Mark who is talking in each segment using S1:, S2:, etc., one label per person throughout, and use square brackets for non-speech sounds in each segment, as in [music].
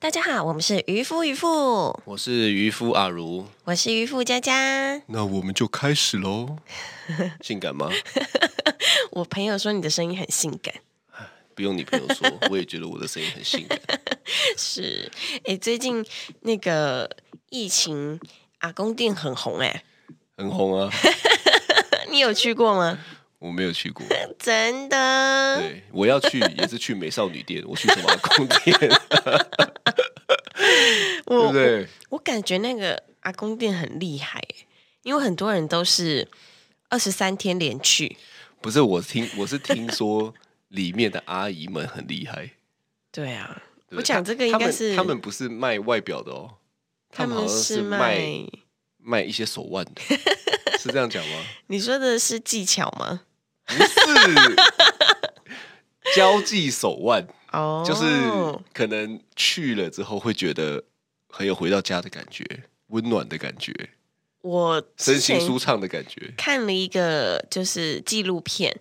S1: 大家好，我们是渔夫渔妇，
S2: 我是渔夫阿如，
S1: 我是渔夫佳佳。
S2: 那我们就开始喽。 [laughs] 性感吗？
S1: 我朋友说你的声音很性感，
S2: 不用你朋友说， [laughs] 我也觉得我的声音很性感。
S1: 是哎，最近那个疫情，阿公店很红哎，
S2: 很红啊，
S1: [laughs] 你有去过吗？
S2: 我没有去过。
S1: 真的，
S2: 对，我要 [laughs] 去也是去美少女店，我去什么宫 [laughs] 殿？
S1: 我
S2: 对不对？
S1: 我感觉那个阿公店很厉害哎，因为很多人都是二十三天连去，
S2: 不是，我听我是听说里面的阿姨们很厉害。
S1: 对啊。
S2: 对不对
S1: 我讲这个应
S2: 他
S1: 该
S2: 们
S1: 是
S2: 他们不是卖外表的哦，
S1: 他
S2: 们好
S1: 们
S2: 像
S1: 是
S2: 是
S1: 卖
S2: 卖，卖一些手腕
S1: [laughs]
S2: 的，是这样讲吗？
S1: 你说的是技巧吗？
S2: 不
S1: [laughs]
S2: 是，交际手腕。
S1: 哦，
S2: 就是可能去了之后会觉得很有回到家的感觉，温暖的感觉，
S1: 我
S2: 身
S1: 之
S2: 心
S1: 前
S2: 舒畅的感觉。
S1: 看了一个就是纪录片，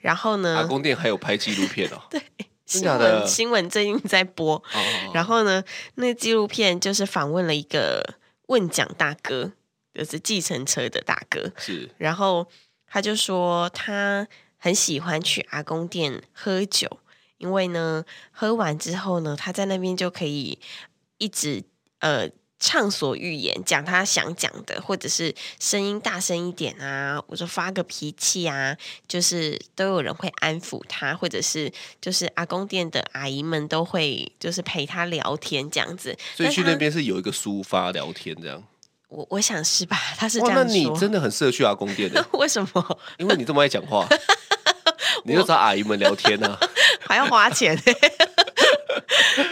S1: 然后
S2: 阿
S1: 呢，
S2: 公店还有拍纪录片
S1: [laughs]
S2: 哦，对，啊真
S1: 新
S2: 假的
S1: 闻？新闻最近在播，
S2: 哦哦
S1: [laughs] 然后呢，那纪录片就是访问了一个问奖大哥，就是计程车的大哥，
S2: 是
S1: 然后他就说他很喜欢去阿公店喝酒，因为呢，喝完之后呢，他在那边就可以一直呃畅所欲言，讲他想讲的，或者是声音大声一点啊，我说发个脾气啊，就是都有人会安抚他，或者是就是阿公店的阿姨们都会就是陪他聊天这样子。
S2: 所以去
S1: 但他
S2: 那，边是有一个抒发聊天这样。
S1: 我我想是吧？他是这
S2: 哦哇，那
S1: 样
S2: 你
S1: 说。
S2: 真的很适合去阿公店的，
S1: [laughs] 为什么
S2: 因为你这么爱
S1: [laughs]
S2: 讲话，你就找阿姨们聊天啊。
S1: 还要花钱。欸 [laughs]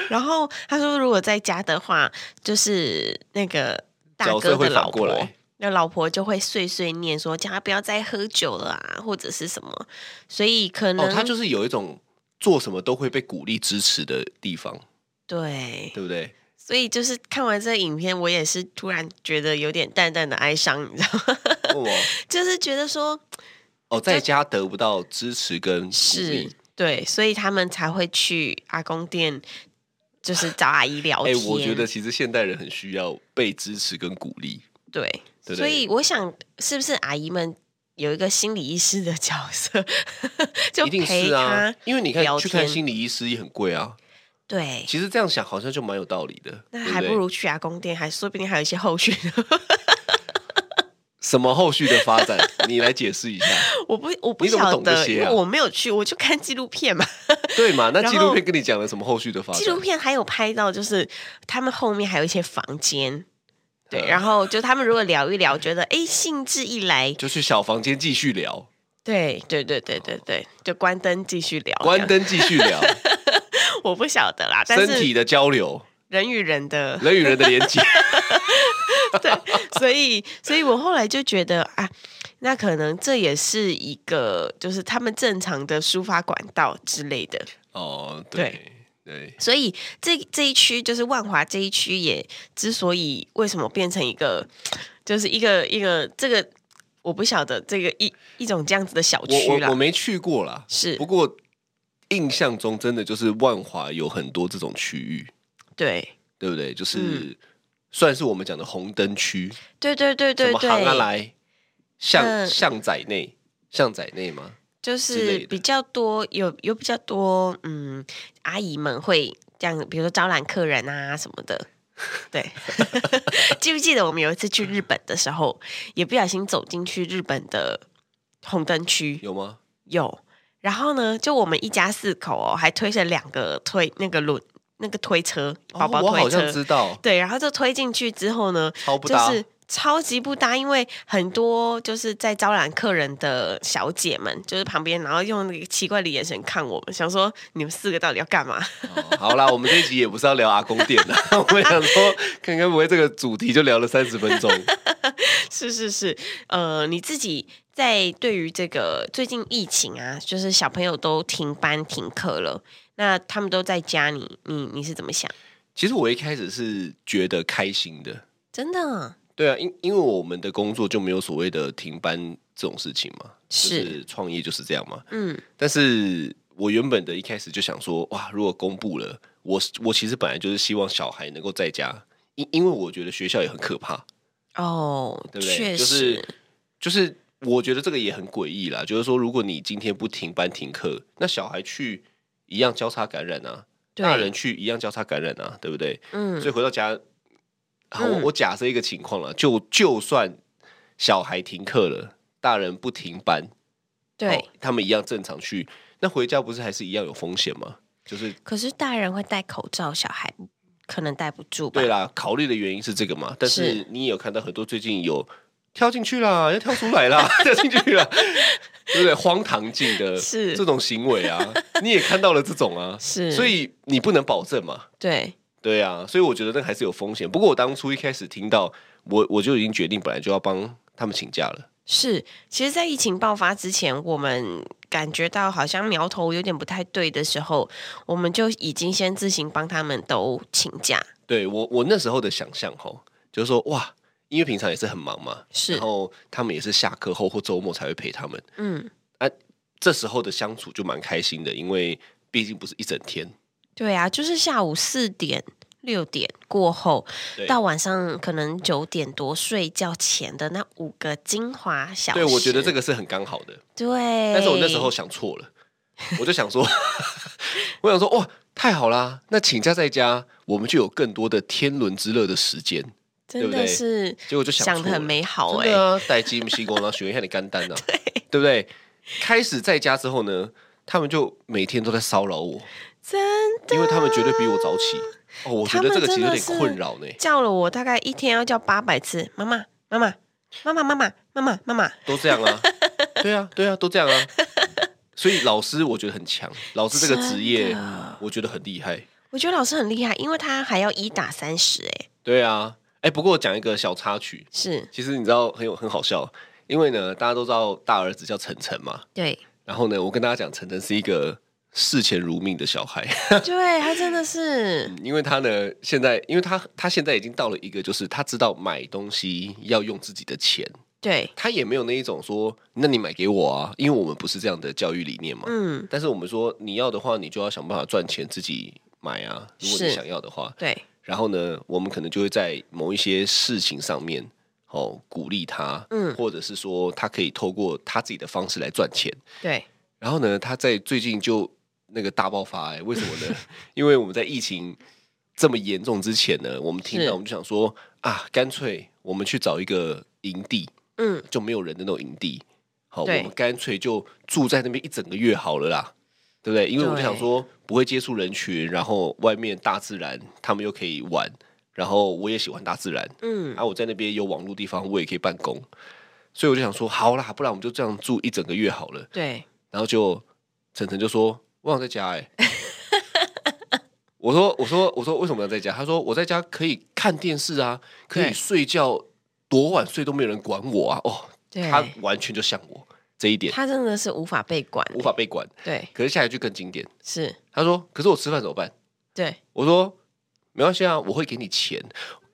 S1: 然后他说，如果在家的话，就是那个大
S2: 角
S1: 哥
S2: 色
S1: 的
S2: 会
S1: 老
S2: 反过
S1: 婆
S2: 来，
S1: 那老婆就会碎碎念说，叫他不要再喝酒了啊，或者是什么。所以可能、
S2: 哦，他就是有一种做什么都会被鼓励支持的地方，
S1: 对，
S2: 对
S1: [laughs]
S2: 不对？
S1: 所以就是看完这个影片，我也是突然觉得有点淡淡的哀伤，你知道吗？ [laughs]
S2: 哦，
S1: 就是觉得说
S2: 哦，在家得不到支持跟鼓励
S1: 是。对，所以他们才会去阿公店，就是找阿姨聊
S2: 哎、
S1: 天。
S2: 我觉得其实现代人很需要被支持跟鼓励。
S1: 对，
S2: 对不对
S1: 所以我想，是不是阿姨们有一个心理医师的角色， [laughs] 就
S2: 一定
S1: 陪
S2: 是
S1: 他？
S2: 啊，因为你看
S1: 聊
S2: 去看
S1: 天
S2: 心理医师也很贵啊。
S1: 对，
S2: 其实这样想好像就蛮有道理的，
S1: 那
S2: 对不
S1: 还不
S2: 对
S1: 如去阿公店，还说不定还有一些后续。
S2: 什么后续的发展，你来
S1: [laughs]
S2: 解释一下，
S1: [laughs] 我不，我不
S2: 你怎么
S1: 晓
S2: 懂这
S1: 得，因
S2: 些
S1: 为
S2: 啊
S1: 我没有去，我就看纪录片嘛。
S2: 对嘛？那
S1: 然
S2: 纪录
S1: 后
S2: 片跟你讲了什么后续的发展
S1: 纪？录片还有拍到，就是他们后面还有一些房间。对，
S2: 嗯
S1: 然后就他们如果聊一聊，觉得哎兴致一来，
S2: 就去小房间继续聊，
S1: 对对对对对对，就关灯继续聊。
S2: 关，灯继续聊，
S1: 我不晓得啦，哦 [laughs] 但
S2: 身体
S1: 是
S2: 的交流，
S1: 人与人的
S2: 人与人的连
S1: [laughs]
S2: 接。
S1: 所以，所以我后来就觉得啊，那可能这也是一个就是他们正常的抒发管道之类的。
S2: 哦，对对，
S1: 所以这这一区就是万华这一区，也之所以为什么变成一个，就是一个一个这个，我不晓得这个一一种这样子的小
S2: 我
S1: 区
S2: 我我
S1: 啦。
S2: 没去过啦，
S1: 是
S2: 不过印象中真的就是万华有很多这种区域。
S1: 对
S2: 对不对？就是、
S1: 嗯
S2: 算是我们讲的红灯区，
S1: 对对对
S2: 什
S1: 对
S2: 么行啊
S1: 对，
S2: 来巷、
S1: 嗯
S2: 巷仔内、巷仔内吗？
S1: 就
S2: 之类
S1: 是
S2: 的
S1: 比较多有有比较多嗯，阿姨们会这样，比如说招揽客人啊什么的。
S2: [laughs]
S1: 对，记不记得我们有一次去日本的时候，也不小心走进去日本的红灯区
S2: 有吗？
S1: 有，然后呢，就我们一家四口哦，还推着两个推那个轮那个推车，宝宝
S2: 哦、我
S1: 推
S2: 好
S1: 车，
S2: 像知道，
S1: 对，然后就推进去之后呢，
S2: 超不
S1: 就
S2: 搭。
S1: 是超级不搭，因为很多就是在招揽客人的小姐们，就是旁边，然后用那个奇怪的眼神看我们，想说你们四个到底要干嘛？ [laughs]
S2: 哦好啦，我们这一集也不是要聊阿公店的，我们想说，看看不会这个主题就聊了三十分钟。
S1: 是是是，呃，你自己在对于这个最近疫情啊，就是小朋友都停班停课了，那他们都在家，你你你是怎么想？
S2: 其实我一开始是觉得开心的，
S1: 真的
S2: 对啊，因因为我们的工作就没有所谓的停班这种事情嘛，
S1: 是
S2: 就是创业就是这样嘛。
S1: 嗯，
S2: 但是我原本的一开始就想说，哇，如果公布了，我我其实本来就是希望小孩能够在家，因因为我觉得学校也很可怕，
S1: 哦，
S2: 对不对？
S1: 确
S2: 就是
S1: 实，
S2: 就是，我觉得这个也很诡异啦。就是说，如果你今天不停班停课，那小孩去一样交叉感染啊，大人
S1: 对，
S2: 去一样交叉感染啊，对不对？
S1: 嗯
S2: 所以回到家，好，我
S1: 嗯
S2: 我假设一个情况了，就就算小孩停课了，大人不停班，
S1: 对
S2: 哦。他们一样正常去，那回家不是还是一样有风险吗？就是
S1: 可是大人会戴口罩，小孩不可能戴不住吧
S2: 对？啊啦，考虑的原因是这个嘛，但是
S1: 啊是
S2: 你也有看到很多最近有跳进去啦，要跳出来
S1: [laughs]
S2: 啦，跳进去啦，对不对？荒唐境的
S1: 是
S2: 这种行为啊，你也看到了这种啊，
S1: 是，
S2: 所以你不能保证嘛，
S1: 对，
S2: 对啊，所以我觉得那个还是有风险。不过我当初一开始听到，我我就已经决定本来就要帮他们请假了，
S1: 是，其实，在疫情爆发之前，我们感觉到好像苗头有点不太对的时候，我们就已经先自行帮他们都请假。
S2: 对我我那时候的想象吼，就是说哇，因为平常也是很忙嘛，
S1: 是
S2: 然，后他们也是下课后或周末才会陪他们。
S1: 嗯，
S2: 这时候的相处就蛮开心的，因为毕竟不是一整天。
S1: 对啊，就是下午四点、六点过后
S2: 对，
S1: 到晚上可能九点多睡觉前的那五个精华小时。
S2: 对，我觉得这个是很刚好的。
S1: 对。
S2: 但是我那时候想错了，我就想说， [laughs] 我想说哇，太好啦！那请假在家，我们就有更多的天伦之乐的时间。
S1: 真
S2: 对不对
S1: 的是
S2: 结果就想
S1: 想
S2: 错
S1: 的
S2: 了
S1: 很美好哎、
S2: 真的啊，待机不西光后选一下你干
S1: [laughs]
S2: 单啊，对不对？开始在家之后呢，他们就每天都在骚扰我，
S1: 真的
S2: 因为他们绝对比我早起。哦，我觉
S1: 他
S2: 得
S1: 们
S2: 这个其实有点
S1: 真的是
S2: 困扰呢，
S1: 叫了我大概一天要叫八百次，妈妈，妈妈，妈妈，妈妈，妈妈，妈妈，
S2: 都这样啊， [laughs] 对啊，对啊，都这样啊。所以老师我觉得很强，老师这个职业
S1: 真的
S2: 我觉得很厉害。
S1: 我觉得老师很厉害，因为他还要一打三十，哎，
S2: 对啊，哎，不过讲一个小插曲，
S1: 是
S2: 其实你知道很有很好笑，因为呢，大家都知道大儿子叫晨晨嘛，
S1: [laughs] 对
S2: 然后呢，我跟大家讲，晨晨是一个视钱如命的小孩， [laughs]
S1: 对，他真的是
S2: 因为他呢现在，因为他他现在已经到了一个，就是他知道买东西要用自己的钱，
S1: 对，
S2: 他也没有那一种说，那你买给我啊，因为我们不是这样的教育理念嘛。
S1: [laughs] 嗯，
S2: 但是我们说你要的话，你就要想办法赚钱自己买啊，如果你
S1: 是
S2: 想要的话。
S1: 对，
S2: 然后呢，我们可能就会在某一些事情上面，哦，鼓励他，
S1: 嗯
S2: 或者是说他可以透过他自己的方式来赚钱。
S1: 对，
S2: 然后呢，他在最近就那个大爆发、哎，为什
S1: [laughs]
S2: 么呢？因为我们在疫情这么严重之前呢，我们听
S1: 是
S2: 到我们就想说啊，干脆我们去找一个营地，
S1: 嗯，
S2: 就没有人的那种营地，好，我
S1: 对
S2: 们干脆就住在那边一整个月好了啦，对不对？因为我就想说不会接触人群，然后外面大自然，他们又可以玩，然后我也喜欢大自然，
S1: 嗯，
S2: 啊，我在那边有网络地方，我也可以办公，所以我就想说，好啦，不然我们就这样住一整个月好了。
S1: 对，
S2: 然后就晨晨就说：“我想在
S1: [laughs]
S2: 家哎、我说：“我说我说为什么要在家？”他说：“我在家可以看电视啊，可以
S1: 对
S2: 睡觉，多晚睡都没有人管我啊。”哦，
S1: 对
S2: 他完全就像我这一点
S1: 他真的是无法被管，
S2: 无法被管。
S1: 对，
S2: 可是下一句更经典，
S1: 是，
S2: 他说：“可是我吃饭怎么办
S1: 对，？”
S2: 我说：“没关系啊，我会给你钱。”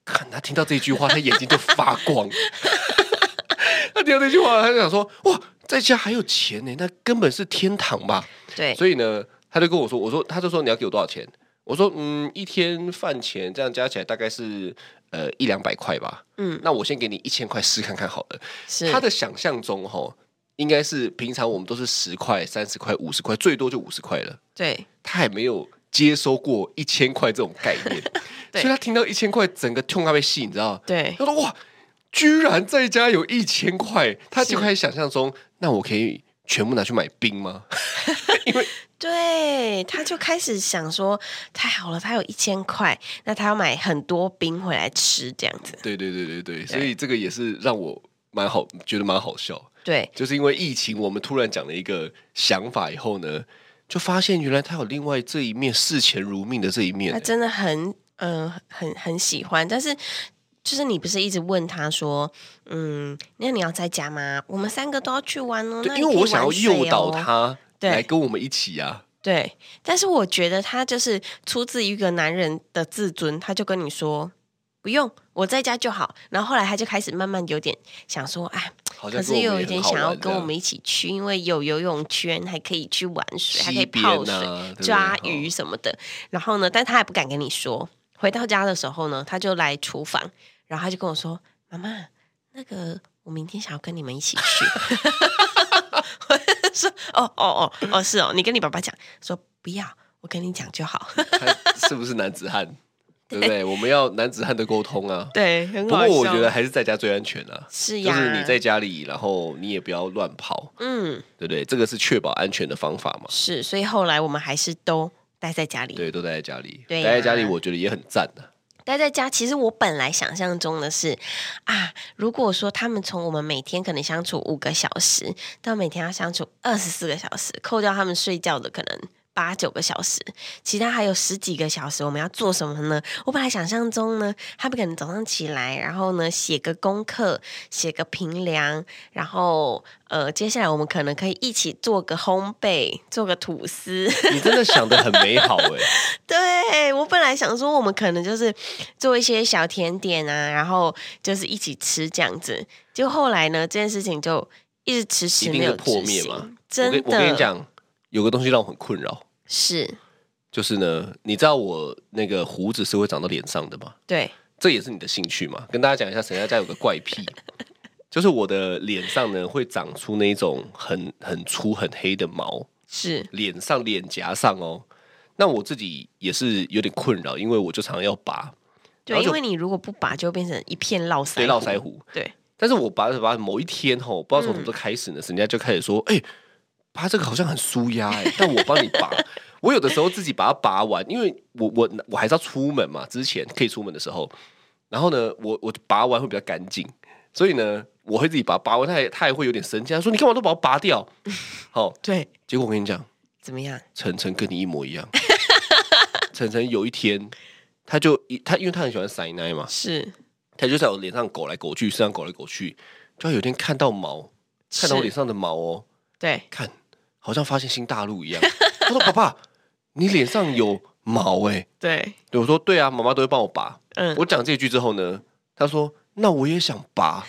S2: 看他听到这句话，他眼睛就发光。 [laughs] 他听到这句话，他就想说：“哇，在家还有钱呢、那根本是天堂吧？”
S1: 对，
S2: 所以呢，他就跟我说，我说他就说你要给我多少钱？我说嗯，一天饭钱这样加起来大概是呃一两百块吧。
S1: 嗯，
S2: 那我先给你一千块试看看好了。
S1: 是
S2: 他的想象中吼，应该是平常我们都是十块、三十块、五十块，最多就五十块了。
S1: 对，
S2: 他还没有接收过一千块这种概念，所
S1: 对
S2: 以他听到一千块，整个痛他被吸引，你知道？
S1: [laughs] 对，
S2: 他说哇，居然在家有一千块，他就是开始想象中，那我可以全部拿去买冰吗？ [laughs]
S1: 对，他就开始想说，太好了，他有一千块，那他要买很多冰回来吃，这样子，
S2: 对对对对对，所以这个也是让我蛮好，觉得蛮好笑。
S1: 对，
S2: 就是因为疫情，我们突然讲了一个想法以后呢，就发现原来他有另外这一面视钱如命的这一面
S1: 他。真的很嗯、呃很很喜欢，但是就是你不是一直问他说，嗯，那你要在家吗？我们三个都要去玩哦，那
S2: 对，
S1: 你
S2: 因为
S1: 可以
S2: 我想要
S1: 玩水
S2: 诱导
S1: 哦。
S2: 他
S1: 对
S2: 来跟我们一起啊。
S1: 对，但是我觉得他就是出自于一个男人的自尊，他就跟你说，不用，我在家就好。”然后后来他就开始慢慢有点想说：“哎，
S2: 好像
S1: 可是
S2: 跟我
S1: 又有
S2: 们也
S1: 一点
S2: 很好
S1: 想要
S2: 玩
S1: 跟
S2: 这
S1: 我
S2: 样
S1: 们一起去，因为有游泳圈，还可以去玩水，还可以
S2: 西边
S1: 泡
S2: 啊
S1: 水、
S2: 对不对
S1: 抓
S2: 哦
S1: 鱼什么的。然后呢，但他还不敢跟你说。回到家的时候呢，他就来厨房，然后他就跟我说：“妈妈，那个我明天想要跟你们一起去。”我就说：“哦哦哦哦，是哦，你跟你爸爸讲，说不要，我跟你讲就好。
S2: 他 [laughs] 是不是男子汉？对不对？我们要男子汉的沟通啊”。
S1: 对， [laughs] 很
S2: 不
S1: 好
S2: 过
S1: 笑。
S2: 我觉得还是在家最安全啊，
S1: 是
S2: 就
S1: 呀，
S2: 是你在家里，然后你也不要乱跑，
S1: 嗯
S2: 对不对？这个是确保安全的方法嘛。
S1: 是，所以后来我们还是都待在家里。
S2: 对，都待在家里，
S1: 对
S2: 待
S1: 啊
S2: 在家里，我觉得也很赞啊的、
S1: 待在家，其实我本来想象中的是啊，如果说他们从我们每天可能相处五个小时，到每天要相处二十四个小时，扣掉他们睡觉的可能。八九个小时，其他还有十几个小时，我们要做什么呢？我本来想象中呢，他们可能早上起来，然后呢写个功课，写个评量，然后呃，接下来我们可能可以一起做个烘焙，做个吐司，
S2: 你真的想的很美
S1: [laughs]
S2: 好哎、
S1: 对我本来想说，我们可能就是做一些小甜点啊，然后就是一起吃这样子。就后来呢，这件事情就一直迟迟
S2: 一定
S1: 没
S2: 会
S1: 有
S2: 破
S1: 执
S2: 灭嘛
S1: 行。真的，
S2: 我跟我跟你讲，有个东西让我很困扰，
S1: 是
S2: 就是呢，你知道我那个胡子是会长到脸上的吗？
S1: 对，
S2: 这也是你的兴趣嘛？跟大家讲一下，沈佳佳有个怪癖，就是我的脸上呢会长出那种很很粗很黑的毛，
S1: 是
S2: 脸上脸颊上哦。那我自己也是有点困扰，因为我就常常要拔，
S1: 对，
S2: 然后就
S1: 因为你如果不拔，就会变成一片络腮
S2: 对，络腮，胡。
S1: 对，
S2: 但是我拔着拔着，某一天吼，不知道从什么时候开始呢，人家就开始说，哎、拔这个好像很舒压哎，但我帮你拔。我有的时候自己把它拔完，因为我我我还是要出门嘛，之前可以出门的时候，然后呢，我我拔完会比较干净，所以呢，我会自己把它拔完，他也他也会有点生气，他说你干嘛都把我拔掉？ [laughs] 好、
S1: 对，
S2: 结果我跟你讲，
S1: 怎么样？
S2: 晨晨跟你一模一样，晨晨有一天。他就一他，因为他很喜欢塞奶嘛，
S1: 是
S2: 他就在我脸上狗来狗去，身上狗来狗去，就有一天看到毛，看到我
S1: 是
S2: 脸上的毛哦，
S1: 对，
S2: 看好像发现新大陆一
S1: [laughs]
S2: 样。他说：“爸爸，你脸上有毛哎、
S1: 对，
S2: 对我说：“对啊，妈妈都会帮我拔。”
S1: 嗯，
S2: 我讲这句之后呢，他说：“那我也想拔。”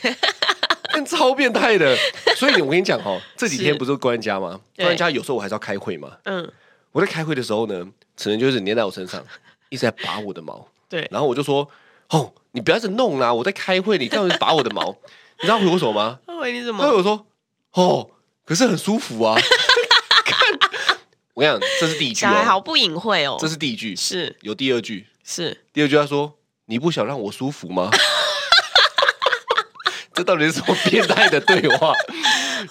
S2: [laughs] 但超变态的，所以我跟你讲哦，这几天
S1: 是
S2: 不是关家吗？
S1: 对
S2: 关家有时候我还是要开会嘛。
S1: 嗯，
S2: 我在开会的时候呢，陈晨就是黏在我身上，一直在拔我的毛。
S1: 对，
S2: 然后我就说：“哦，你不要再弄啦、我在开会，你干嘛拔我的毛？” [laughs] 你知道他回我什么吗？
S1: 他回你什
S2: 他
S1: 么？
S2: 回我说：“哦，可是很舒服啊。” [laughs] 看，我跟你讲，这是第一句
S1: 小孩好
S2: 哦，
S1: 不隐晦哦
S2: 这，是第一句，
S1: 是
S2: 有第二句，
S1: 是，
S2: 第二句他说：“你不想让我舒服吗？” [laughs] 这到底是什么变态的对
S1: [laughs]
S2: 话？
S1: 哦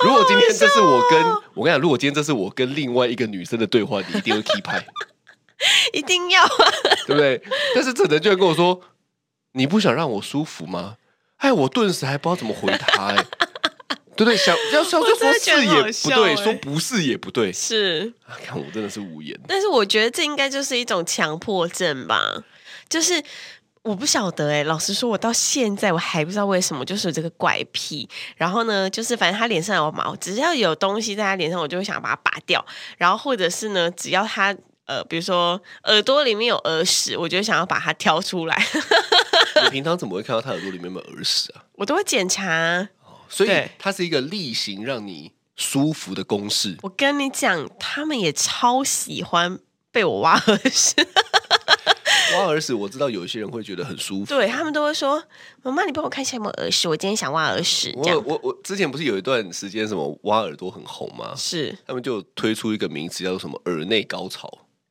S2: 如果今天这是我跟我跟你讲，如果今天这是我跟另外一个女生的对话，你一定会 keep 拍。
S1: 一定要 [laughs]
S2: 对不对？但是这人居然跟我说：“你不想让我舒服吗？”哎，我顿时还不知道怎么回他、哎，对不对？想要想
S1: 我
S2: 就
S1: 真
S2: 说
S1: 的
S2: 是
S1: 觉得很
S2: 也
S1: 好
S2: 不
S1: 笑
S2: 对，
S1: 哎
S2: 说不是也不对。
S1: 是。
S2: 啊看我真的是无言，
S1: 但是我觉得这应该就是一种强迫症吧，就是我不晓得哎、老实说，我到现在我还不知道为什么，就是有这个怪癖。然后呢，就是反正他脸上有毛，只要有东西在他脸上，我就会想把它拔掉。然后或者是呢，只要他。呃，比如说耳朵里面有耳屎，我就想要把它挑出来， [laughs]
S2: 你平常怎么会看到他耳朵里面有没有耳屎啊？
S1: 我都会检查。
S2: 所以
S1: 对
S2: 它是一个例行让你舒服的公式。
S1: 我跟你讲，他们也超喜欢被我挖耳屎，
S2: 挖耳屎，我知道有一些人会觉得很舒服。
S1: 对他们都会说：“妈妈，你帮我看一下有没有耳屎，我今天想挖耳屎。”这
S2: 我
S1: 样
S2: 我我之前不是有一段时间什么挖耳朵很红吗？
S1: 是
S2: 他们就推出一个名词叫做什么耳内高潮。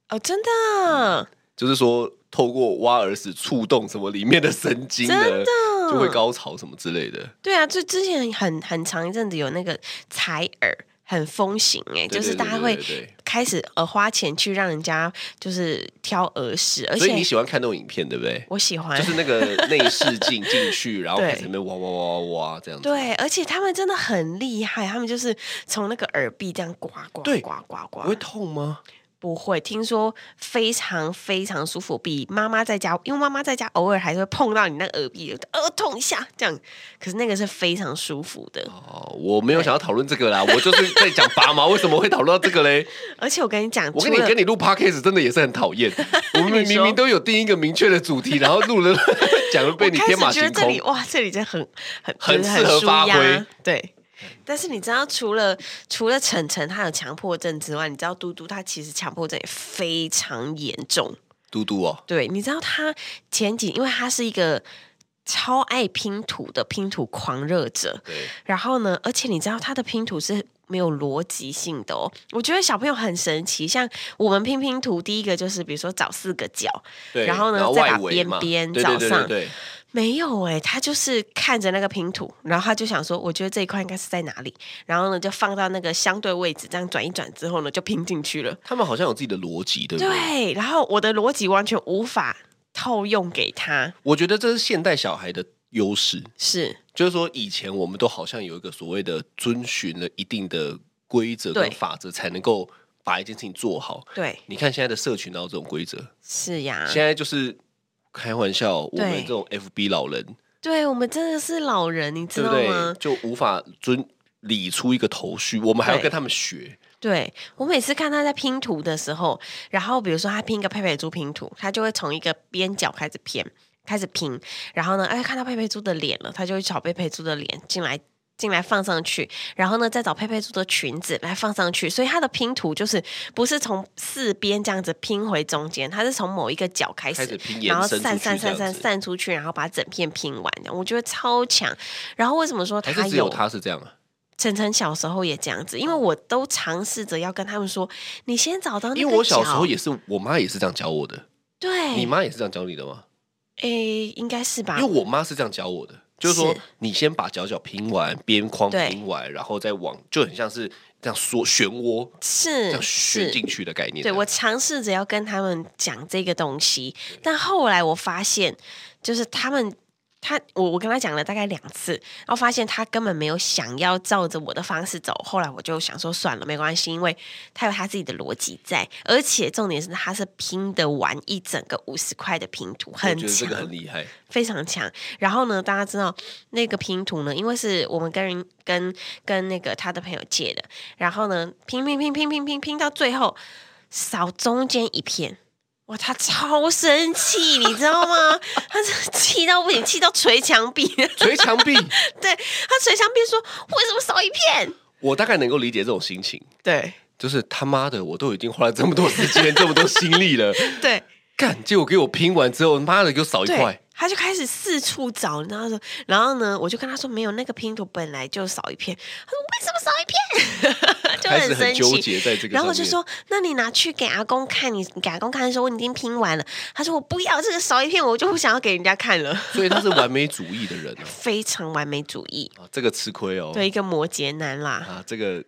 S1: 哦，真的，啊
S2: 就是说透过挖耳屎触动什么里面的神经呢，
S1: 真的
S2: 就会高潮什么之类的。
S1: 对啊，就之前很很长一阵子有那个采耳很风行哎、
S2: 对
S1: 就是
S2: 对
S1: 大家
S2: 对
S1: 会
S2: 对对
S1: 开始呃花钱去让人家就是挑耳屎，而
S2: 所以你
S1: 且
S2: 喜欢看那种影片，对不对？
S1: 我喜欢，
S2: 就是那个内视镜进去，然后
S1: 对
S2: 开始在那边挖挖挖挖挖这样子。
S1: 对，而且他们真的很厉害，他们就是从那个耳壁这样刮刮
S2: 对
S1: 刮刮刮
S2: 不，会痛吗？
S1: 不会，听说非常非常舒服，比妈妈在家，因为妈妈在家偶尔还是会碰到你那个耳鼻，呃，痛一下这样，可是那个是非常舒服的。
S2: 哦，我没有想要讨论这个啦，我就是在讲拔毛，为 [laughs] 什么会讨论到这个嘞？
S1: 而且我跟你讲，
S2: 我
S1: 除
S2: 跟你
S1: 了
S2: 跟你录 podcast 真的也是很讨厌，我们
S1: [laughs] 你说
S2: 明明都有定一个明确的主题，然后录了 [laughs] 讲了被你
S1: 我开
S2: 天
S1: 始
S2: 马
S1: 觉
S2: 行
S1: 得这
S2: 空
S1: 里。哇，这里真的很很
S2: 很
S1: 就是
S2: 适合
S1: 舒
S2: 发
S1: 压
S2: 挥
S1: 对。但是你知道，除了除了晨晨他有强迫症之外，你知道嘟嘟他其实强迫症也非常严重。
S2: 嘟嘟哦，
S1: 对，你知道他前几，因为他是一个超爱拼图的拼图狂热者，
S2: 对，
S1: 然后呢，而且你知道他的拼图是没有逻辑性的哦。我觉得小朋友很神奇，像我们拼拼图，第一个就是比如说找四个角，
S2: 对
S1: 然后呢再
S2: 外
S1: 把
S2: 围
S1: 边
S2: 嘛
S1: 边
S2: 对
S1: 找
S2: 对对
S1: 上
S2: 对对
S1: 没有哎、他就是看着那个拼图，然后他就想说，我觉得这一块应该是在哪里，然后呢就放到那个相对位置，这样转一转之后呢就拼进去了。
S2: 他们好像有自己的逻辑，对不对？
S1: 对，然后我的逻辑完全无法套用给他，
S2: 我觉得这是现代小孩的优势，
S1: 是
S2: 就是说以前我们都好像有一个所谓的遵循了一定的规则
S1: 对
S2: 跟法则，才能够把一件事情做好。
S1: 对，
S2: 你看现在的社群哪有这种规则？
S1: 是呀，
S2: 现在就是开玩笑，我们
S1: 嗯对
S2: 这种 FB 老人，
S1: 对我们真的是老人，你知
S2: 对不
S1: 道吗
S2: 对？？就无法遵理出一个头绪，我们还要
S1: 对
S2: 跟他们学。
S1: 对我每次看他在拼图的时候，然后比如说他拼一个佩佩猪拼图，他就会从一个边角开始拼，开始拼，然后呢，哎，看到佩佩猪的脸了，他就会找佩佩猪的脸进来。进来放上去，然后呢，再找佩佩猪的裙子来放上去，所以他的拼图就是不是从四边这样子拼回中间，它是从某一个角开
S2: 开
S1: 始
S2: 始拼延
S1: 然后
S2: 伸出
S1: 散
S2: 去
S1: 散散
S2: 这样
S1: 散
S2: 子
S1: 散出去，然后把整片拼完。我觉得超强。然后为什么说
S2: 还
S1: 他
S2: 是只有他是这样啊？
S1: 晨晨小时候也这样子，因为
S2: 哦
S1: 我都尝试着要跟他们说，你先找到那个
S2: 因为我小时候
S1: 角
S2: 也是，我妈也是这样教我的。
S1: 对，
S2: 你妈也是这样教你的吗？
S1: 诶，应该是吧
S2: 因为？我妈是这样教我的，就是说
S1: 是
S2: 你先把角角拼完，边框
S1: 对
S2: 拼完，然后再往，就很像是这样缩漩涡这
S1: 是
S2: 样旋
S1: 是，
S2: 进去的概念。
S1: 对我尝试着要跟他们讲这个东西，但后来我发现，就是他们。他我我跟他讲了大概两次，然后发现他根本没有想要照着我的方式走。后来我就想说算了，没关系，因为他有他自己的逻辑在，而且重点是他是拼得完一整个五十块的拼图，
S2: 我
S1: 很
S2: 觉得这
S1: 强
S2: 个，很厉害。
S1: 非常强。然后呢，大家知道那个拼图呢，因为是我们跟人跟跟那个他的朋友借的，然后呢拼拼拼拼拼拼拼到最后少中间一片。哇，他超生气，你知道吗？他真的气到不行，气到捶墙壁。
S2: 捶墙壁，
S1: 对他捶墙壁说：“为什么少一片
S2: 我大概能够理解这种心情，？”
S1: 对
S2: 就是他妈的，我都已经花了这么多时间、这么多心力
S1: [laughs]
S2: 了，
S1: 对，
S2: 干，结果给我拼完之后，妈的，给我少一
S1: 对
S2: 块。，
S1: 他就开始四处找，然后说，然后呢，我就跟他说没有，那个拼图本来就少一片。他说为什么少一片？ [laughs] 就
S2: 开始很
S1: 生
S2: 纠
S1: 气。
S2: 结在这个上面，
S1: 然后我就说，那你拿去给阿公看，你你给阿公看的时候，我已经拼完了。他说我不要这个少一片，我就不想要给人家看了， [laughs]
S2: 所以他是完美主义的人哦，
S1: 非常完美主义，
S2: 啊，这个吃亏哦，
S1: [laughs] 对一个摩羯男啦。
S2: 啊，这个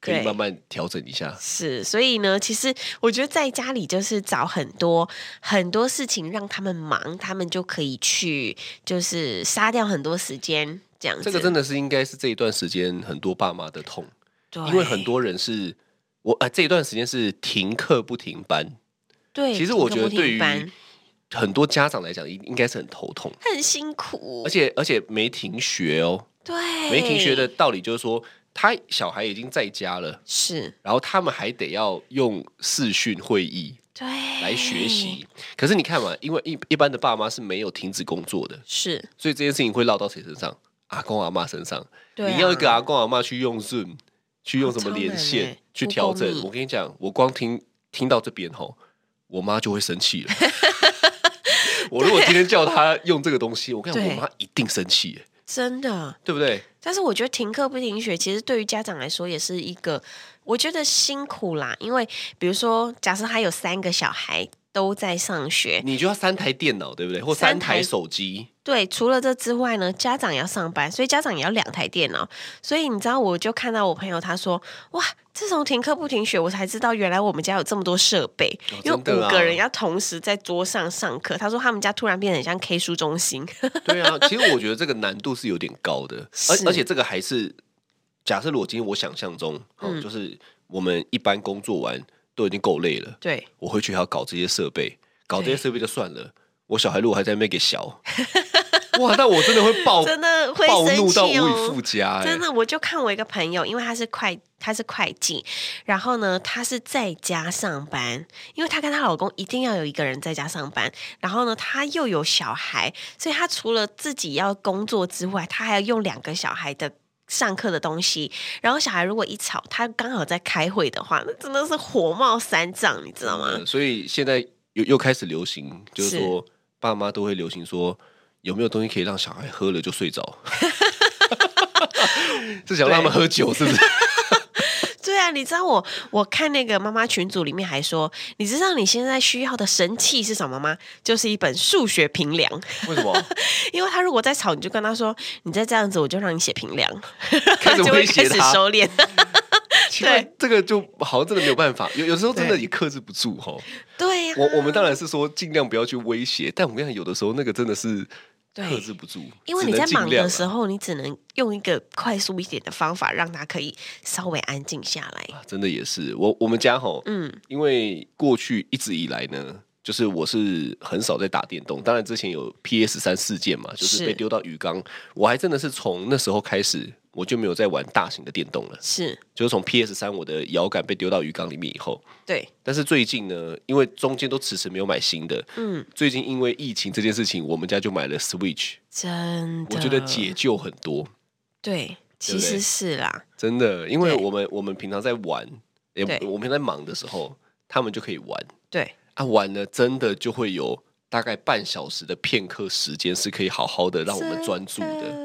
S2: 可以
S1: 对
S2: 慢慢调整一下。
S1: 是，所以呢，其实我觉得在家里就是找很多很多事情让他们忙，他们就可以去，就是杀掉很多时间这样子。
S2: 这个真的是应该是这一段时间很多爸妈的痛，
S1: 对，
S2: 因为很多人是我啊、这一段时间是停课不停班，
S1: 对，
S2: 其实
S1: 听
S2: 我
S1: 个
S2: 觉得
S1: 不听
S2: 对于
S1: 班
S2: 很多家长来讲应应该是很头痛，
S1: 很辛苦
S2: 而，且而且没停学哦，
S1: 对，
S2: 没停学的道理就是说他小孩已经在家了，
S1: 是
S2: 然后他们还得要用视讯会议
S1: 对
S2: 来学习，可是你看嘛，因为一一般的爸妈是没有停止工作的，
S1: 是，
S2: 所以这件事情会落到谁身上？阿公阿妈身上。
S1: 对、啊，
S2: 你要一个阿公阿妈去用 Zoom，去用什
S1: 超
S2: 么连
S1: 难
S2: 线、
S1: 欸
S2: 去调
S1: Google
S2: 整。
S1: Meet
S2: 我跟你讲，我光听听到这边吼，我妈就会生气
S1: [laughs]
S2: 了。我如果今天叫她用这个东西，我跟你讲，
S1: 对
S2: 我妈一定生气耶，
S1: 真的。
S2: 对不
S1: [laughs]
S2: 对？
S1: 但是我觉得停课不停学，其实对于家长来说也是一个，我觉得辛苦啦。因为比如说，假设他有三个小孩都在上学，
S2: 你就要三台电脑，对不对？或三
S1: 三台
S2: 台手机，
S1: 对，除了这之外呢，家长也要上班，所以家长也要两台电脑。所以你知道，我就看到我朋友他说：“哇，自从停课不停学，我才知道原来我们家有这么多设备，
S2: 哦
S1: 因为
S2: 真的啊
S1: 五个人要同时在桌上上课。”他说他们家突然变得很像 K 书中心， [laughs]
S2: 对啊。其实我觉得这个难度是有点高的，而
S1: 是
S2: 而且这个还哦是假设，如果今天我想象中，嗯，就是我们一般工作完。都已经够累了，
S1: 对，
S2: 我回去还要搞这些设备，搞这些
S1: 对
S2: 设备就算了，我小孩如果还在那边给小， [laughs] 哇，那我真的会
S1: [laughs]
S2: 爆
S1: 真的会
S2: 哦暴
S1: 生
S2: 怒到无
S1: 气
S2: 以
S1: 哦
S2: 复。加、哎
S1: 真的，我就看我一个朋友，因为他是会他是会计，然后呢，他是在家上班，因为她跟她老公一定要有一个人在家上班，然后呢，她又有小孩，所以她除了自己要工作之外，她还要用两个小孩的。上课的东西，然后小孩如果一吵，他刚好在开会的话，那真的是火冒三丈，你知道吗？
S2: 嗯所以现在又又开始流行，就是说爸妈都会流行说，有没有东西可以让小孩喝了就
S1: [laughs]
S2: 睡着？ [laughs] 是想让他们喝酒
S1: [laughs]
S2: 是不是？
S1: 对啊，你知道我我看那个妈妈群组里面还说，你知道你现在需要的神器是什么吗？就是一本数学评量，
S2: 为什么
S1: 因为他如果再吵，你就跟他说，你再这样子，我就让你写评量，
S2: [laughs] 开始
S1: 就会
S2: 威
S1: 开
S2: 胁
S1: 始
S2: 他？
S1: 收敛。
S2: 奇怪
S1: 对，
S2: 这个就好像真的没有办法，有有时候真的
S1: 对
S2: 也克制不住哈。
S1: [laughs] 对呀、
S2: 我我们当然是说尽量不要去威胁，但我跟你讲，有的时候那个真的是
S1: 对
S2: 克制不住，
S1: 因为你
S2: 只
S1: 在
S2: 能
S1: 忙
S2: 尽量
S1: 的
S2: 啊
S1: 时候，你只能用一个快速一点的方法，让他可以稍微安静下来。
S2: 啊真的也是我我们家吼，
S1: 嗯，
S2: 因为过去一直以来呢，就是我是很少在打电动。当然之前有 PS 三事件嘛，就是
S1: 是
S2: 被丢到鱼缸，我还真的是从那时候开始，我就没有在玩大型的电动了。
S1: 是
S2: 就是从 PS 三我的摇杆被丢到鱼缸里面以后，
S1: 对，
S2: 但是最近呢，因为中间都迟迟没有买新的，
S1: 嗯，
S2: 最近因为疫情这件事情，我们家就买了 Switch，
S1: 真的，
S2: 我觉得解救很多，
S1: 对，其
S2: 对
S1: 实是啦，
S2: 真的，因为
S1: 对
S2: 我们我们平常在玩，也
S1: 对
S2: 我们在忙的时候，他们就可以玩。
S1: 对，
S2: 啊，玩呢真的就会有大概半小时的片刻时间是可以好好的让我们专注
S1: 真
S2: 的。
S1: 的。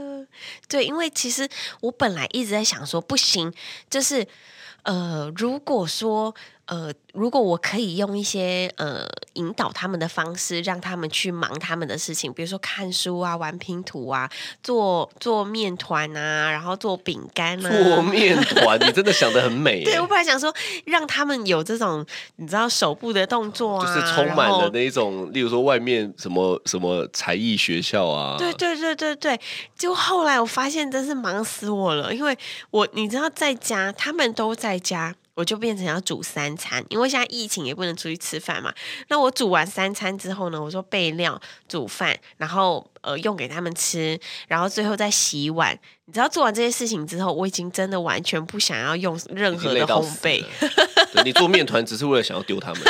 S1: 对，因为其实我本来一直在想说，不行，就是呃，如果说呃，如果我可以用一些呃引导他们的方式，让他们去忙他们的事情，比如说看书啊、玩拼图啊、做做面团啊，然后做饼干啊，
S2: 做面团，你真的想的很美、
S1: [laughs] 对
S2: 欸
S1: 我，本来想说，让他们有这种你知道手部的动作
S2: 就
S1: 啊，
S2: 是充满
S1: 然后
S2: 了那一种，例如说外面什么什么才艺学校啊，
S1: 对对对对对，就后来我发现真是忙死我了，因为我你知道在家，他们都在家，我就变成要煮三餐，因为现在疫情也不能出去吃饭嘛。那我煮完三餐之后呢，我就备料、煮饭，然后呃用给他们吃，然后最后再洗碗。你知道做完这些事情之后，我已经真的完全不想要用任
S2: 已
S1: 何
S2: 经
S1: 的
S2: 累到
S1: 烘
S2: 死
S1: 焙
S2: 了，。对你做面团只是为了想要丢
S1: [laughs]
S2: 他们，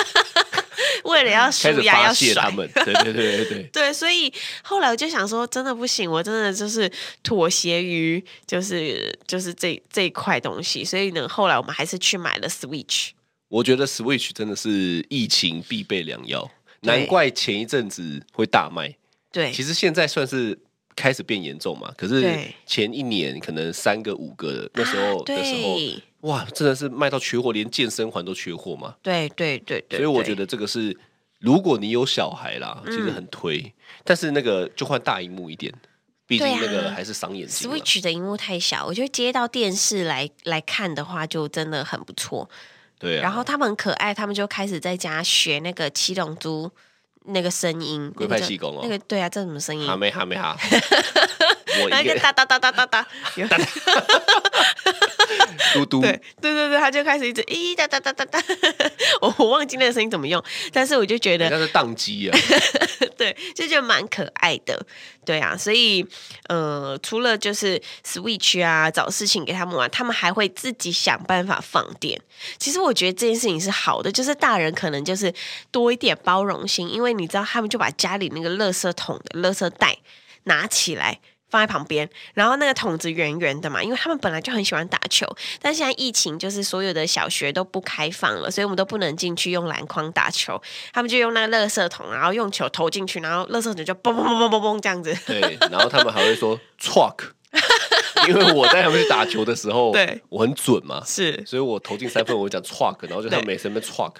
S1: 为了要
S2: 开
S1: 舒
S2: 始
S1: 压
S2: 发
S1: 要
S2: 泄
S1: 甩
S2: 他们。对对对对对，
S1: 对，所以后来我就想说，真的不行，我真的就是妥协于就是就是这这一块东西。所以呢，后来我们还是去买了 Switch。
S2: 我觉得 Switch 真的是疫情必备良药，
S1: 对
S2: 难怪前一阵子会大卖。
S1: 对，
S2: 其实现在算是开始变严重嘛，可是
S1: 对
S2: 前一年可能三个五个那时候
S1: 啊
S2: 的时候，
S1: 对
S2: 哇，真的是卖到缺货，连健身环都缺货嘛。
S1: 对对对对，嗯
S2: 所以我觉
S1: 得
S2: 得这个是，如果你有小孩啦，其实很推，但是那个就换大荧幕一点，毕竟
S1: 对啊
S2: 那个还是伤眼睛嘛。
S1: Switch 的荧幕太小，我觉得接到电视来来看的话，就真的很不错。
S2: 对啊，
S1: 然后他们很可爱，他们就开始在家学那个七龙珠那个声音，
S2: 龟
S1: 那个
S2: 派
S1: 叫
S2: 气功哦
S1: 那个对啊，这什么声音？
S2: 哈没哈
S1: [laughs]
S2: 没哈，我
S1: 然后
S2: 一
S1: 就
S2: 个
S1: 哒哒哒哒哒
S2: [laughs]
S1: 哒，有
S2: 嘟嘟，
S1: 对对对对，他就开始一直咦哒哒哒哒 [laughs] 哒，我我忘记那个声音怎么用，但是我就觉得
S2: 人家是宕机啊。
S1: 对，就觉得蛮可爱的，对啊，所以呃，除了就是 Switch 啊，找事情给他们玩，他们还会自己想办法放电。其实我觉得这件事情是好的，就是大人可能就是多一点包容心，因为你知道他们就把家里那个垃圾桶的垃圾袋拿起来。放在旁边，然后那个桶子圆圆的嘛，因为他们本来就很喜欢打球，但现在疫情就是所有的小学都不开放了，所以我们都不能进去用篮筐打球，他们就用那个垃圾桶，然后用球投进去，然后垃圾桶就嘣嘣嘣嘣嘣嘣这样子。 [laughs]
S2: 对，然后他们还会说 “truck”，因为我带他们去打球的时候，
S1: 对
S2: 我很准嘛，
S1: 是，
S2: 所以我投进三分，我会讲 truck，然后就他们每次在那边 truck，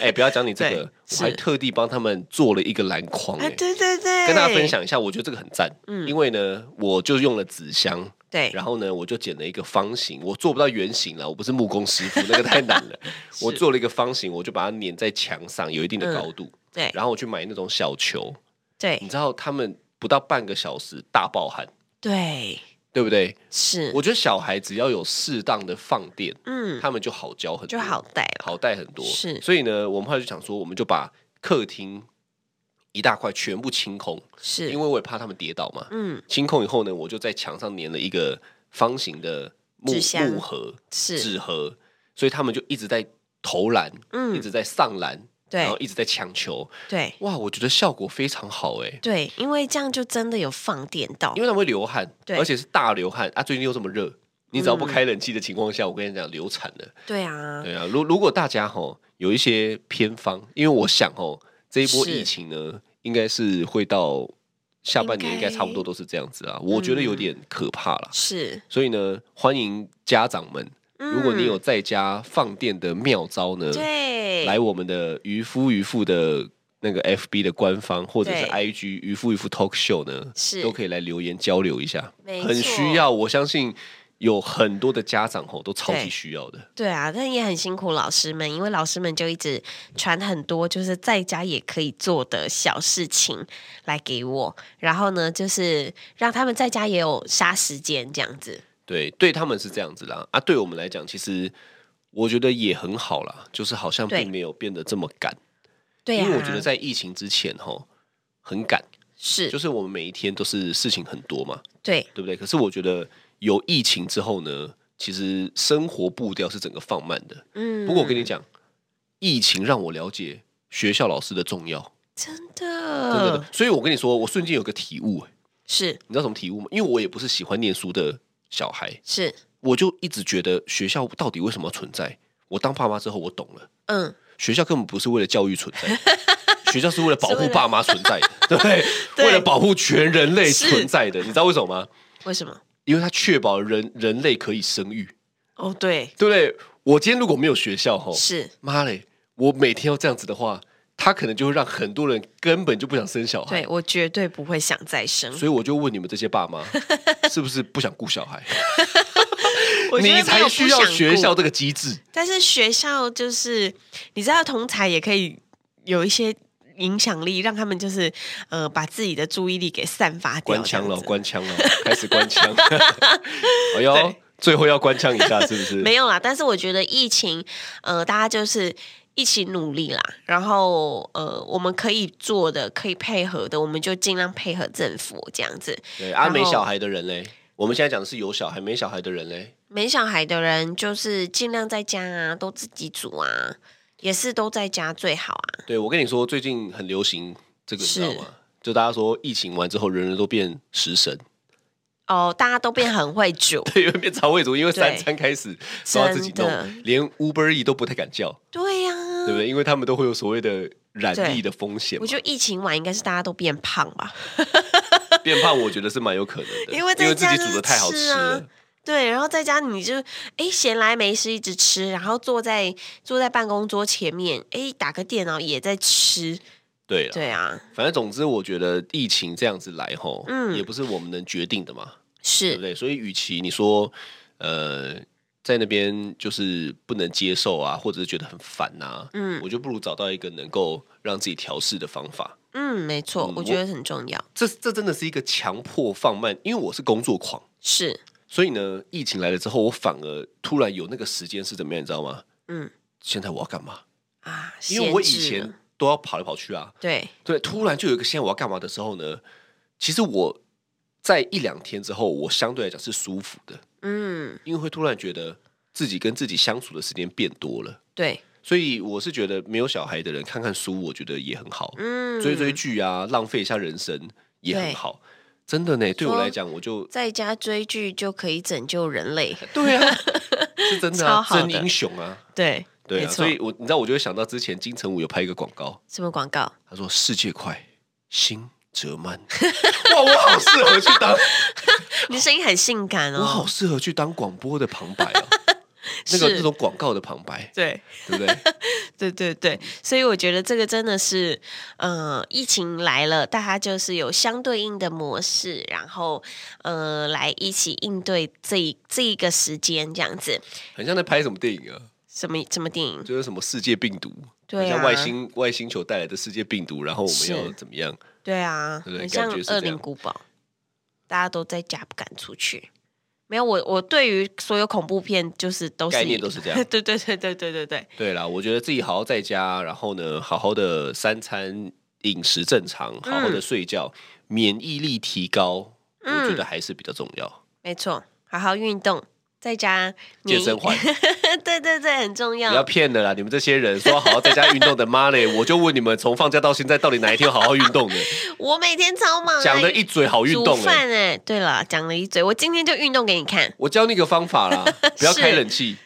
S2: 哎、不要讲你这
S1: 对
S2: 个，我还
S1: 是
S2: 特地帮他们做了一个篮筐、
S1: 哎，
S2: 哎、
S1: 对对对，
S2: 跟大家分。享一下，我觉得这个很赞，
S1: 嗯哎
S2: 因为呢，我就用了纸箱，
S1: 对，
S2: 然后呢，我就剪了一个方形，我做不到圆形了，我不是木工师傅，那个太难
S1: [laughs]
S2: 了，我做了一个方形，我就把它粘在墙上，有一定的
S1: 嗯哎
S2: 高度，
S1: 对
S2: 然后我去买那种小球，
S1: 对
S2: 你知道他们不到半个小时大爆汗。
S1: 对，
S2: 对不对？
S1: 是，
S2: 我觉得小孩只要有适当的放电，
S1: 嗯，
S2: 他们就好教很多，
S1: 就好带了，
S2: 好带很多。
S1: 是
S2: 所以呢，我们后来就想说，我们就把客厅一大块全部清空，
S1: 是，
S2: 因为我也怕他们跌倒嘛。
S1: 嗯
S2: 清空以后呢，我就在墙上粘了一个方形的木
S1: 纸箱
S2: 木盒、
S1: 是，
S2: 纸盒，所以他们就一直在投篮，一
S1: 嗯，
S2: 直在上篮，然后
S1: 对
S2: 一直在抢球。
S1: 对
S2: 哇，我觉得效果非常好哎、
S1: 对，因为这样就真的有放电到
S2: 因，为他们会流汗，
S1: 对嗯
S2: 而且是大流汗啊！最近又这么热，你只要不开冷气的情况下，我跟你讲，流产了。
S1: 对啊，
S2: 对啊，如如果大家吼有一些偏方，因为我想吼这一波
S1: 是
S2: 疫情呢，应该是会到下半年，
S1: 应
S2: 应
S1: 该嗯
S2: 该差不多都是这样子啊。我觉得有点可怕啦，
S1: 是，嗯
S2: 所以呢，欢迎家长们，如果你有在家放电的妙招呢，
S1: 对，
S2: 来我们的渔夫渔妇的。那个 FB 的官方或者是
S1: 对
S2: IG 渔夫渔夫 Talk Show 呢，
S1: 是
S2: 都可以来留言交流一下，
S1: 没
S2: 很需
S1: 错
S2: 要。我相信有很多的家长吼都超
S1: 对
S2: 级需要的。
S1: 对啊，但也很辛苦老师们，因为老师们就一直传很多就是在家也可以做的小事情来给我，然后呢，就是让他们在家也有杀时间这样子。
S2: 对，对他们是这样子啦，啊，对我们来讲，其实我觉得也很好啦，就是好像
S1: 对
S2: 并没有变得这么赶，
S1: 对啊，
S2: 因为我觉得在疫情之前吼很赶，
S1: 是，
S2: 就是我们每一天都是事情很多嘛，
S1: 对，
S2: 对不对？可是我觉得有疫情之后呢，其实生活步调是整个放慢的。
S1: 嗯。
S2: 不过我跟你讲，疫情让我了解学校老师的重要，
S1: 真的，
S2: 真的。
S1: 嗯
S2: 所以我跟你说，我瞬间有个体悟、欸
S1: 是
S2: 你知道什么体悟吗？因为我也不是喜欢念书的小孩，
S1: 是，
S2: 我就一直觉得学校到底为什么要存在？我当爸妈之后，我懂了，
S1: 嗯，
S2: 学校根本不是为了教育存在，
S1: [laughs]
S2: 学校是为了保
S1: 是为
S2: 护
S1: 了
S2: 爸妈存在的，对不对？
S1: [laughs] 对
S2: 为了保护全人类
S1: 是
S2: 存在的，你知道为什么吗？
S1: 为什么？
S2: 因为它确保人人类可以生育，
S1: 哦，对，
S2: 对不对？我今天如果没有学校，吼，
S1: 是
S2: 妈嘞，我每天要这样子的话，他可能就会让很多人根本就不想生小孩。
S1: 对，我绝对不会想再生。
S2: 所以我就问你们这些爸妈，是不是不想顾小孩？
S1: 我觉得
S2: 你
S1: 没有
S2: 才
S1: 不
S2: 需要
S1: 想
S2: 学
S1: 顾
S2: 校这个机制。
S1: 但是学校就是，你知道，同才也可以有一些影响力，让他们就是呃，把自己的注意力给散发掉。
S2: 关枪了，
S1: 这样子
S2: 关枪了，开始关
S1: [laughs]
S2: 枪。哎呦
S1: 对，
S2: 最后要关枪一下，是不是？
S1: 没有啦。但是我觉得疫情，呃，大家就是。一起努力啦，然后呃，我们可以做的、可以配合的，我们就尽量配合政府这样子。
S2: 对，啊，
S1: 然后
S2: 没小孩的人嘞，我们现在讲的是有小孩没小孩的人嘞，
S1: 没小孩的人就是尽量在家啊，都自己煮啊，也是都在家最好啊。
S2: 对我跟你说，最近很流行这个，你知道
S1: 是
S2: 吗？就大家说疫情完之后，人人都变食神，，
S1: 哦，大家都变很会煮
S2: 对，因为变肠胃族，因为
S1: 对
S2: 三餐开始都要自己
S1: 真
S2: 弄
S1: 的，
S2: 连 Uber E 都不太敢叫，
S1: 对呀、
S2: [laughs] 对不对？因为他们都会有所谓的染
S1: 对
S2: 疫的风险嘛
S1: 我，觉得疫情完应该是大家都变胖吧，
S2: 变胖我觉得是蛮有可能的，
S1: 因
S2: 因
S1: 为
S2: 为
S1: 在
S2: 自
S1: 家
S2: 己
S1: 就是
S2: 煮的太好
S1: 吃
S2: 吃
S1: 啊
S2: 了，
S1: 对，然后在家你就哎闲来没事一直吃，然后坐在坐在办公桌前面，哎打个电脑也在吃，
S2: 对了。
S1: 对啊，
S2: 反正总之，我觉得疫情这样子来吼，
S1: 嗯
S2: 也不是我们能决定的嘛，
S1: 是
S2: 对不对？所以，与其你说，呃，在那边就是不能接受啊，或者是觉得很烦呐、
S1: 嗯
S2: 我就不如找到一个能够让自己调试的方法。
S1: 嗯没错，我觉得很重要，
S2: 这这真的是一个强迫放慢，因为我是工作狂，
S1: 是
S2: 所以呢，疫情来了之后，我反而突然有那个时间是怎么样，你知道吗？
S1: 嗯
S2: 现在我要干嘛？
S1: 啊，
S2: 因为我以
S1: 限制了
S2: 前都要跑来跑去啊，
S1: 对
S2: 对，突然就有一个现在我要干嘛的时候呢，其实我在一两天之后，我相对来讲是舒服的，
S1: 嗯
S2: 因为会突然觉得自己跟自己相处的时间变多了。
S1: 对
S2: 所以我是觉得没有小孩的人看看书，我觉得也很好，
S1: 嗯
S2: 追追剧啊，浪费一下人生也很好。真的呢，对我来讲，我就
S1: 在家追剧就可以拯救人类，
S2: 对啊，是真的、
S1: 超
S2: 啊，
S1: 好
S2: 真
S1: 的
S2: 英雄啊，
S1: [laughs] 对
S2: 对
S1: 没
S2: 啊。
S1: 错
S2: 所以我你知道，我就会想到之前金城武有拍一个广告，
S1: 什么广 [laughs] 告？
S2: 他说：“世界快，心折慢。” [laughs] 哇，我好适合去当
S1: 你声音很性感
S2: 我好
S1: 哦，
S2: 适合去当广播的旁
S1: [laughs]
S2: 白啊，那个
S1: 是
S2: 那种广告的旁白，
S1: 对。
S2: 对不对？
S1: 对对对，所以我觉得这个真的是，呃，疫情来了，大家就是有相对应的模式，然后呃，来一起应对这一这一个时间这样子。
S2: 很像在拍什么电影啊？
S1: 什么什么电影？
S2: 就是什么世界病毒，
S1: 对啊，
S2: 很像外星外星球带来的世界病毒，然后我们
S1: 是
S2: 要怎么样？
S1: 对啊，
S2: 对不对
S1: 很
S2: 感
S1: 像
S2: 觉是这
S1: 恶
S2: 样
S1: 灵古堡，大家都在家不敢出去。没有我，我对于所有恐怖片就是都是
S2: 概念都是这样
S1: [laughs] 对对对对对对对，
S2: 对啦，我觉得自己好好在家，然后呢，好好的三餐饮食正常，好
S1: 嗯
S2: 好的睡觉，免疫力提高，我
S1: 嗯
S2: 觉得还是比较重要。
S1: 没错，好好运动，在家免
S2: 健
S1: 疫
S2: 身环
S1: [laughs] 对对对，很重
S2: 不要
S1: 要。
S2: 骗了啦！你们这些人说好好在家运动的，妈嘞！我就问你们，从放假到现在，到底哪一天有好好运动
S1: [laughs]
S2: 的？
S1: 我每天超忙、啊
S2: 讲的一嘴好运动
S1: 煮
S2: 哎、
S1: 饭哎、对了，讲了一嘴，我今天就运动给你看，
S2: 我教你一个方
S1: [laughs]
S2: 法啦，不要开冷气，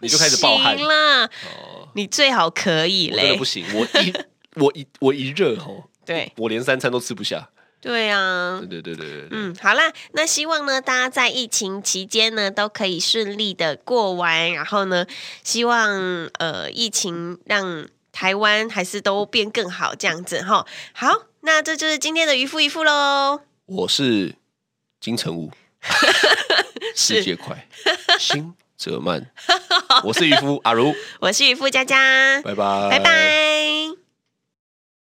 S2: 你就开始暴汗
S1: 行。啦，
S2: 哦，
S1: 你最好可以
S2: 我真的
S1: 嘞
S2: 不。行，我一 [laughs] 我一我一热吼，
S1: 对
S2: 我连三餐都吃不下。
S1: 对啊
S2: 对，对对对对对，
S1: 嗯，好啦，那希望呢，大家在疫情期间呢，都可以顺利的过完，然后呢，希望呃，疫情让台湾还是都变更好这样子哈。好，那这就是今天的渔夫渔夫喽，
S2: 我是金
S1: [laughs]
S2: 城武，世界快，心则慢。我是渔夫阿如，
S1: 我是渔夫佳佳，
S2: 拜拜，
S1: 拜拜